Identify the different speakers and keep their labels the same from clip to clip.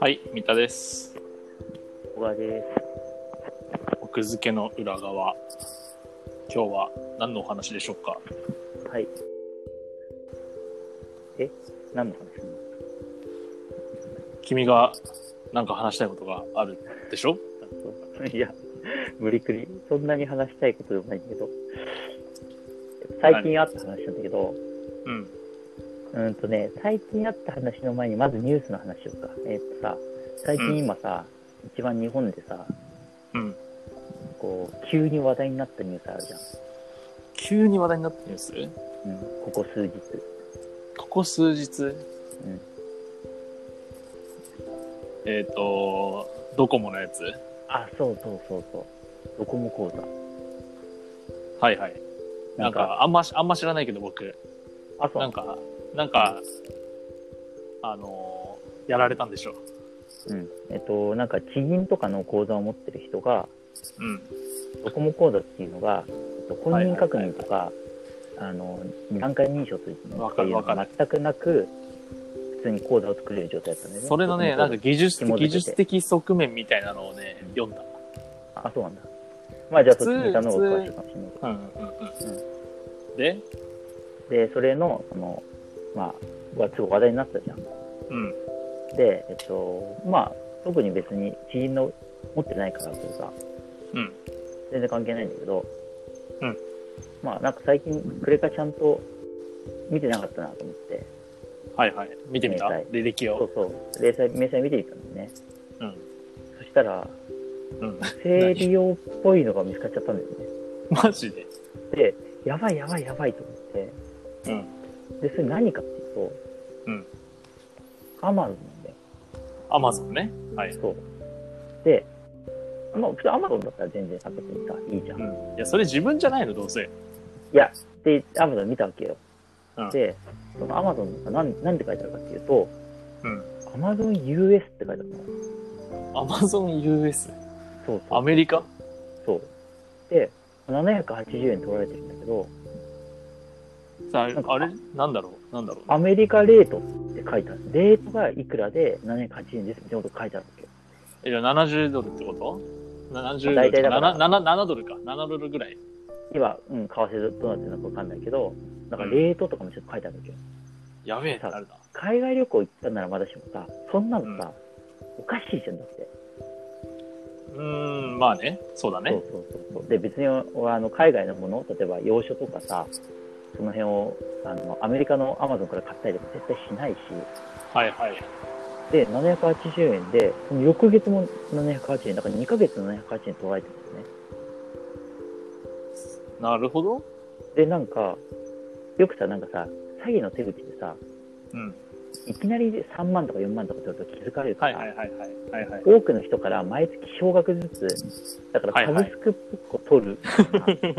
Speaker 1: はい、三田です。
Speaker 2: 小川です。
Speaker 1: 奥付けの裏側。今日は何のお話でしょうか
Speaker 2: はい。え何の話
Speaker 1: 君が何か話したいことがあるでしょ
Speaker 2: そう いや、無理くり。そんなに話したいことでもないんだけど。最近あった話なんだけど、
Speaker 1: うん。
Speaker 2: うーんとね、最近あった話の前に、まずニュースの話をか。えーっとさ、最近今さ、一番日本でさ、
Speaker 1: うん。
Speaker 2: こう、急に話題になったニュースあるじゃん。
Speaker 1: 急に話題になったニュース
Speaker 2: うん、ここ数日。
Speaker 1: ここ数日、
Speaker 2: うん。
Speaker 1: えっ、と、ドコモのやつ。
Speaker 2: あ、そうそうそうそう。ドコモ口座。
Speaker 1: はいはい。なんか、あんま、あんま知らないけど僕、
Speaker 2: あ、そう。
Speaker 1: なんか、なんか、あのーやられたんでしょ
Speaker 2: うん。えっと、なんか、知人とかの口座を持ってる人が、
Speaker 1: うん。
Speaker 2: ドコモコードっていうのが、えっと本人確認とか、あの、二段階認証というの
Speaker 1: わかるわか
Speaker 2: が
Speaker 1: る
Speaker 2: 全くなく、普通にコードを作れる状態だったんだよね。
Speaker 1: それのね、なんか
Speaker 2: ドコモ
Speaker 1: 技術
Speaker 2: 紐づけて
Speaker 1: 技術的側面みたいなのをね、読んだ。
Speaker 2: コードあ、そうなんだ。まあじゃあ、
Speaker 1: 普通
Speaker 2: そっちにいたの方が詳しいかもしれないけ
Speaker 1: うんうんうんうん。で、
Speaker 2: ど。で、それの、あの、まあ、はすごい話題になったじゃん。
Speaker 1: うん。
Speaker 2: で、えっと、まあ、特に別に知人の持ってないからとか、
Speaker 1: うん。
Speaker 2: 全然関係ないんだけど、
Speaker 1: うん。
Speaker 2: まあ、なんか最近、クレカちゃんと見てなかったなと思って、
Speaker 1: はいはい。見てみた
Speaker 2: 明細
Speaker 1: 履歴
Speaker 2: そう
Speaker 1: を。
Speaker 2: そう、連載、明細見てみたんだよね。
Speaker 1: うん。
Speaker 2: そしたら、
Speaker 1: うん。
Speaker 2: 生理用っぽいのが見つかっちゃったんだよね。
Speaker 1: マジで。
Speaker 2: で、やばいやばいやばいと思っ
Speaker 1: うん。
Speaker 2: て、で、それ何かっていうと、
Speaker 1: うん。
Speaker 2: アマゾンなんだよ。
Speaker 1: アマゾンね。はい。
Speaker 2: そう。で、まあ、普通アマゾンだったら全然別にさ、いいじゃん。
Speaker 1: う
Speaker 2: い
Speaker 1: ん。いや、それ自分じゃないの、どうせ。
Speaker 2: や、で、アマゾン見たわけよ。
Speaker 1: うん
Speaker 2: で、そのアマゾンが何、なんて書いてあるかっていうと、
Speaker 1: うん。
Speaker 2: アマゾン US って書いてあるの。
Speaker 1: アマゾン US。
Speaker 2: そうそ
Speaker 1: ア
Speaker 2: う。
Speaker 1: メリカ
Speaker 2: そう。で、780円取られてるんだけど、
Speaker 1: さあ
Speaker 2: なん、か
Speaker 1: あれなんだろうなんだろう
Speaker 2: アメリカレートって書いてある。レートがいくらで780円ですみたいなことが書いてあるわけよ。
Speaker 1: え、じゃあ70ドルってこと70ド
Speaker 2: 大
Speaker 1: ル
Speaker 2: 体だから
Speaker 1: 7, 7, 7ドルか。7ドルぐらい。
Speaker 2: 今、うん、為替どうなってるのかわかんないけど、なんかレートとかもちょっと書いてあるわけよ。
Speaker 1: やべえってなるな。
Speaker 2: 海外旅行行ったならまだしもさ、そんなのさ、おかしいじゃんだって。
Speaker 1: うーん、まあね。そうだ
Speaker 2: そ
Speaker 1: ね
Speaker 2: う。そうそうそう。で、別に俺あの海外のもの、例えば洋書とかさ、その辺をあのアメリカのアマゾンから買ったりとか絶対しないし、
Speaker 1: はいはい。
Speaker 2: で、780円で、その翌月も780円、だから2ヶ月780円取られてるんですよね。
Speaker 1: なるほど。
Speaker 2: で、なんか、よくさ、なんかさ、詐欺の手口でさ、
Speaker 1: うん。
Speaker 2: いきなり3万とか4万とか取ると気づかれるか
Speaker 1: はい
Speaker 2: ら、
Speaker 1: はいはいはい。はいはい。
Speaker 2: 多くの人から毎月少額ずつ、だからサブスクっぽく 取るみ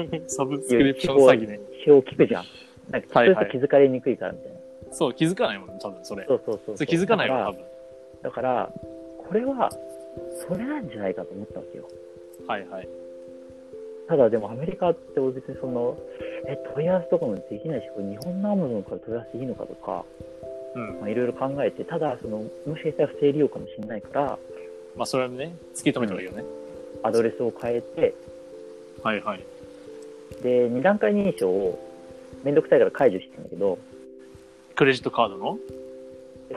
Speaker 2: たい
Speaker 1: サブスク
Speaker 2: な、
Speaker 1: リ
Speaker 2: いう
Speaker 1: プシ
Speaker 2: 手
Speaker 1: ョン
Speaker 2: 法
Speaker 1: 詐欺ね。
Speaker 2: 手法を聞くじゃん。なんか、
Speaker 1: は
Speaker 2: そ
Speaker 1: いは
Speaker 2: れ
Speaker 1: い
Speaker 2: と気づかれにくいからみたいな。
Speaker 1: そう、気づかないもんね、多分それ。
Speaker 2: そうそうそう
Speaker 1: そ
Speaker 2: そう。
Speaker 1: れ気づかない
Speaker 2: だ
Speaker 1: よ、
Speaker 2: か
Speaker 1: 多
Speaker 2: ら
Speaker 1: 分。
Speaker 2: だから、これは、それなんじゃないかと思ったわけよ。
Speaker 1: はいはい。
Speaker 2: ただでもアメリカって別にその、え、問い合わせとかもできないし、これ日本のアマゾンから問い合わせいいのかとか、
Speaker 1: うん。
Speaker 2: まあいろいろ考えて、ただその、もしかしたら不正利用かもしれないから、
Speaker 1: まあ、それはね、突き止めた方がいいよね。
Speaker 2: アドレスを変えて、
Speaker 1: はいはい。
Speaker 2: で、二段階認証をめんどくさいから解除してんだけど、
Speaker 1: クレジットカードの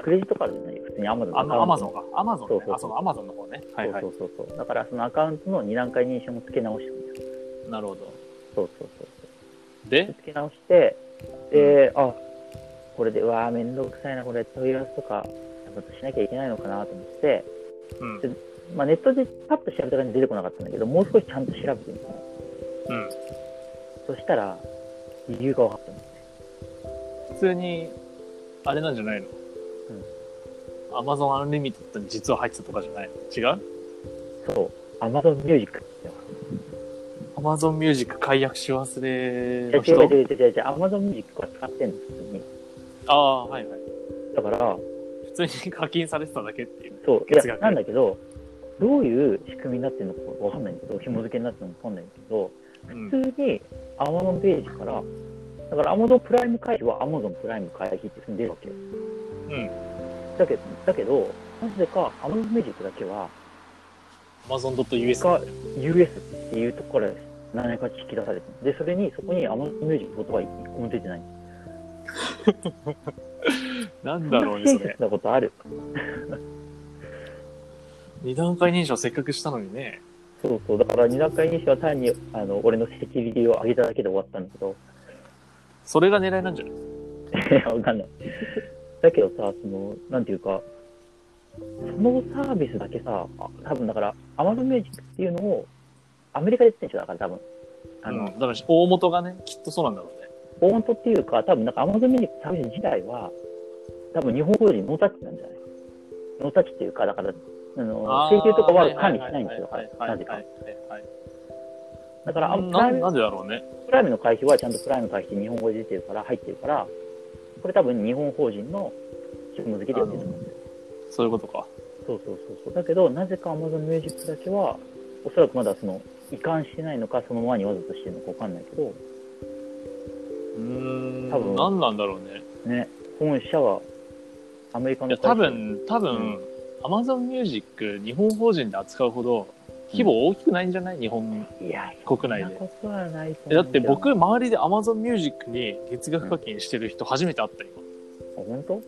Speaker 2: クレジットカードじゃない、普通にアマゾン
Speaker 1: あの、アマゾンか。アマゾン、ね、
Speaker 2: そうそうそう
Speaker 1: あ、そのアマゾンの方ね。はいはい
Speaker 2: そ。うそうそうそう。だからそのアカウントの二段階認証も付け直したんですよ。
Speaker 1: なるほど。
Speaker 2: そうそうそう。
Speaker 1: で、
Speaker 2: 付け直して、で、あ、これで、うわあめんどくさいな、これ問い合わせとか、やっぱしなきゃいけないのかなと思って、
Speaker 1: うん。
Speaker 2: まあ、ネットでパッと調べた感じ出てこなかったんだけど、もう少しちゃんと調べてみたの。
Speaker 1: うん。
Speaker 2: そしたら、理由が分かったの。
Speaker 1: 普通に、あれなんじゃないのアマゾンアンリミテッドに実は入ってたとかじゃないの違う
Speaker 2: そう、Amazon Music ってのが
Speaker 1: アマゾンミュージック解約し忘れ
Speaker 2: いや
Speaker 1: の
Speaker 2: 違う
Speaker 1: 人
Speaker 2: 違う違う違う違う、Amazon Music は使ってんの、普通に。
Speaker 1: ああ、はいはい。
Speaker 2: だから、
Speaker 1: 普通に課金されてただけっていう。
Speaker 2: そう、い
Speaker 1: 月
Speaker 2: や、
Speaker 1: 額
Speaker 2: なんだけど、どういう仕組みになってるのか分かんないんだけど、紐付けになってるのか分かんないんだけど、
Speaker 1: うん。
Speaker 2: 普通にアマゾンページから、だからアマゾンプライム会費はアマゾンプライム会費って済んでるわけよ。
Speaker 1: うん。
Speaker 2: だけだけど、なぜかアマゾンミュージックだけは、
Speaker 1: Amazon.us
Speaker 2: が US っていうところから何年か引き出されてるで、それにそこにアマゾンミュージックとは一個も出てない。
Speaker 1: なん
Speaker 2: そ
Speaker 1: だ
Speaker 2: ん
Speaker 1: ろう
Speaker 2: な
Speaker 1: ね、そ
Speaker 2: 親
Speaker 1: れ。
Speaker 2: 切なことある。
Speaker 1: 二段階認証せっかくしたのにね。
Speaker 2: そうそう、だから二段階認証は単にあの俺のセキュリティを上げただけで終わったんだけど、
Speaker 1: それが狙いなんじゃない
Speaker 2: いやわかんない。だけどさ、その、なんていうか、そのサービスだけさ、あ多分だから、アマゾンミュージックっていうのを、アメリカでやってんでしょ、だから多分。あ
Speaker 1: あ
Speaker 2: の、
Speaker 1: の、だから大元がね、きっとそうなんだろうね。
Speaker 2: 大元っていうか、多分なんかアマゾンミュージックサービス自体は、多分日本語よりノータッチなんじゃないノータッチっていうか、だから、あの、
Speaker 1: あー
Speaker 2: 請求とかは管理しないんですよ、
Speaker 1: はいはい
Speaker 2: な
Speaker 1: はい
Speaker 2: ぜ
Speaker 1: は
Speaker 2: か
Speaker 1: い。はい
Speaker 2: だから、あプ
Speaker 1: な
Speaker 2: ライ
Speaker 1: ん
Speaker 2: ム
Speaker 1: なんでだろうね。
Speaker 2: プライムの会費はちゃんとプライム会費って日本語で出てるから、入ってるから、これ多分日本法人の紐付けでやってると思うんですよ。
Speaker 1: そういうことか。
Speaker 2: そうそうそうそう。だけど、なぜか Amazon Music だけは、おそらくまだその、移管してないのか、そのままにわざとしてるのかわかんないけど、
Speaker 1: うーん。
Speaker 2: 多分
Speaker 1: なんなんだろうね。
Speaker 2: ね、本社は、アメリカ
Speaker 1: い
Speaker 2: の
Speaker 1: や、
Speaker 2: 会社
Speaker 1: 多、分、多分、Amazon Music、日本法人で扱うほど、規模大きくないんじゃない日本
Speaker 2: いや、
Speaker 1: 国
Speaker 2: そ
Speaker 1: 内
Speaker 2: んな
Speaker 1: で。
Speaker 2: ことはないと
Speaker 1: え
Speaker 2: 思
Speaker 1: だ
Speaker 2: う
Speaker 1: って
Speaker 2: けど
Speaker 1: 僕、周りで Amazon Music に月額課金してる人初めて会った今。
Speaker 2: あ本当
Speaker 1: う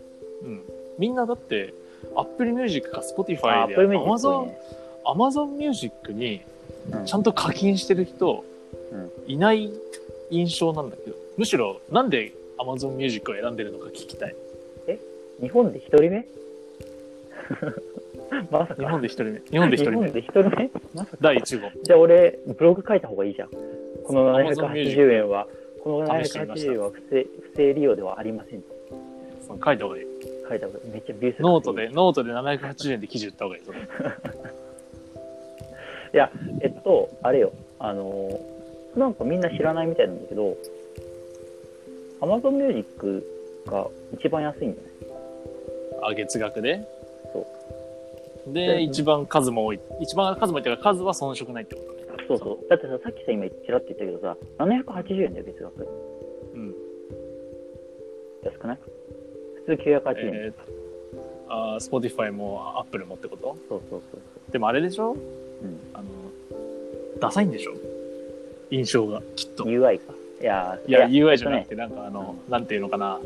Speaker 1: ん。みんなだって、Apple Music か Spotify
Speaker 2: あ、
Speaker 1: で
Speaker 2: Apple Music っ
Speaker 1: Amazon
Speaker 2: ぽいね。
Speaker 1: Amazon Music に
Speaker 2: うん
Speaker 1: ちゃんと課金してる人
Speaker 2: うん
Speaker 1: いない印象なんだけど、むしろなんで Amazon Music を選んでるのか聞きたい。
Speaker 2: 日本で一人目 まさか。
Speaker 1: 日本で一人目。日本で一人
Speaker 2: 日本
Speaker 1: 目。
Speaker 2: で一人目まさか。
Speaker 1: 第1号。
Speaker 2: じゃあ俺、ブログ書いた方がいいじゃん。この
Speaker 1: Amazon Music
Speaker 2: 780円は、この
Speaker 1: 試してみました
Speaker 2: 780円は不正不正利用ではありませんと
Speaker 1: その書いた方がいい。
Speaker 2: 書いた方がめっちゃビュー数
Speaker 1: ノートで、ノートで780円で記事売った方がいい。それ
Speaker 2: えっと、あれよ、あのー、なんかみんな知らないみたいなんだけど、Amazon Music が一番安いんだね。
Speaker 1: あ、月額で
Speaker 2: そ
Speaker 1: で、
Speaker 2: で
Speaker 1: 一番数も多い。一番数も多いっていうか数は遜色ないってことね。
Speaker 2: そうそう。だってさ、さっきさ、今ちらって言ったけどさ、780円だよ、別額。
Speaker 1: うん。
Speaker 2: 安くない普通980円、
Speaker 1: えー、あー Spotify も Apple もってこと
Speaker 2: そうそうそうそ
Speaker 1: でもあれでしょ
Speaker 2: う。うん。
Speaker 1: あの、ダサいんでしょ印象が、きっと。い
Speaker 2: UI か。いやー、
Speaker 1: や、UI じゃ
Speaker 2: え
Speaker 1: な
Speaker 2: っ
Speaker 1: くて、なんかあの、なんていうのかな。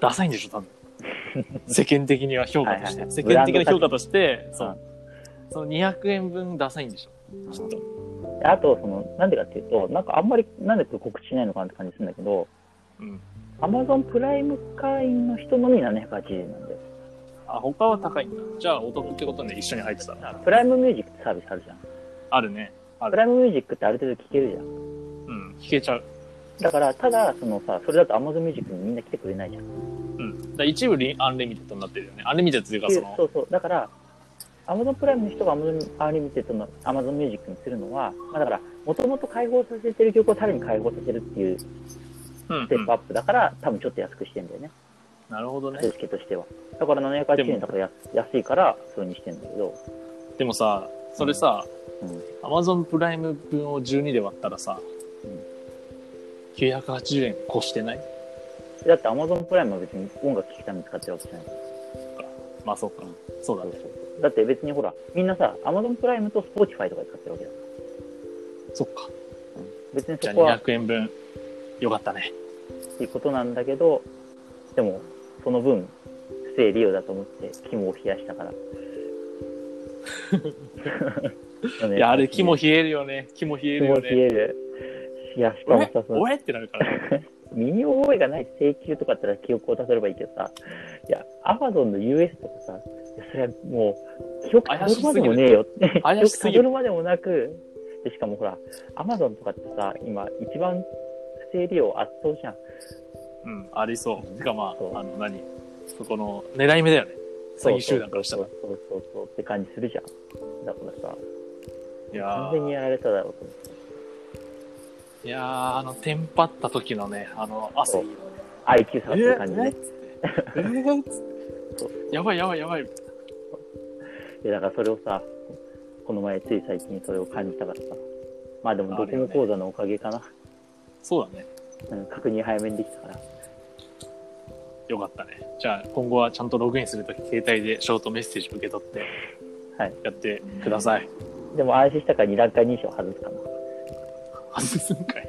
Speaker 1: ダサいんでしょ、多分。世間的には評価として。
Speaker 2: はいはいはい
Speaker 1: 世間的な評価として、
Speaker 2: ブ
Speaker 1: そ
Speaker 2: ラン
Speaker 1: う。その200円分ダサいんでしょ、きっと。
Speaker 2: とねあと、その、なんでかっていうと、なんかあんまり、なんでこれ告知しないのかなって感じするんだけど、
Speaker 1: うん。
Speaker 2: Amazon プライム会員の人のみ780円なんだよ。
Speaker 1: あ、他は高いんだ。じゃあ、お得ってことね、一緒に入ってた。
Speaker 2: プライムミュージックってサービスあるじゃん。
Speaker 1: あるね。
Speaker 2: プライムミュージックってある程度聴けるじゃん。
Speaker 1: うん。引けちゃう。
Speaker 2: だから、ただ、そのさ、それだと Amazon ミュージックにみんな来てくれないじゃん。
Speaker 1: うん。だから一部リンアンリミテッドになってるよね。アンリミテッドというか、その、
Speaker 2: そうそう。だから、Amazon プライムの人が Amazon アンリミテッドの Amazon ミュージックにするのは、まあ、だから、もともと解放させてる曲をさらに解放させるっていうス
Speaker 1: うん、う
Speaker 2: テッ
Speaker 1: ん
Speaker 2: プアップだから、多分ちょっと安くしてんだよね。
Speaker 1: なるほどね。
Speaker 2: 手付けとしては。だから780円だから安安いから、それにしてんだけど。
Speaker 1: でもさ、それさ、
Speaker 2: うん。
Speaker 1: アマゾンプライム分を12で割ったらさ、
Speaker 2: うん
Speaker 1: 980円越してない
Speaker 2: だって Amazon プライムは別に音楽聴くために使ってるわけじゃない。
Speaker 1: まあそうか。そうだね。
Speaker 2: だって別にほら、みんなさ、Amazon プライムと Spotify とかで使ってるわけだから。
Speaker 1: そっか。
Speaker 2: 別に
Speaker 1: じ
Speaker 2: そ
Speaker 1: ゃ
Speaker 2: こは
Speaker 1: あ200円分、よかったね。
Speaker 2: っていうことなんだけど、でも、その分、不正利用だと思って、肝を冷やしたから。
Speaker 1: いや、あ れ、肝冷えるよね。肝冷える
Speaker 2: 肝
Speaker 1: よ
Speaker 2: 冷
Speaker 1: ね。
Speaker 2: える。いや、しかも
Speaker 1: 俺
Speaker 2: さ、その
Speaker 1: 俺ってなるから ね。
Speaker 2: 身に覚えがない請求とかだったら記憶をたどればいいけどさ、いや、アマゾンの US とかさ、いやそれはもう、記憶たどるまでもねえよって。記
Speaker 1: 怪
Speaker 2: 憶
Speaker 1: しす
Speaker 2: た
Speaker 1: ぎる
Speaker 2: どるまでもなく、でしかもほら、アマゾンとかってさ、今、一番不正利用圧倒じゃん。
Speaker 1: うん、ありそう。てかま
Speaker 2: そう
Speaker 1: あ、あの、何そこの、狙い目だよね。詐欺集団からしたら。い
Speaker 2: そうそうそうそうって感じするじゃん。だからさ、
Speaker 1: や
Speaker 2: 完全に
Speaker 1: ー、
Speaker 2: やられただろうと思って。
Speaker 1: いやーあの、テンパった時のね、あの、汗
Speaker 2: そう IQ 差っていう感じ
Speaker 1: えーえー。
Speaker 2: ね
Speaker 1: えーつ
Speaker 2: そ
Speaker 1: っ
Speaker 2: う
Speaker 1: てやばいやばいやばい。
Speaker 2: いやだからそれをさ、この前つい最近それを感じたからさ。まあでも、ドコモ講座のおかげかな。
Speaker 1: そうだね。
Speaker 2: うん、確認早めにできたから。
Speaker 1: よかったね。じゃあ、今後はちゃんとログインするとき、携帯でショートメッセージ受け取って、
Speaker 2: はい。
Speaker 1: やってく ださい。
Speaker 2: でも安心したから二段階認証外すかな。
Speaker 1: 外すんかい。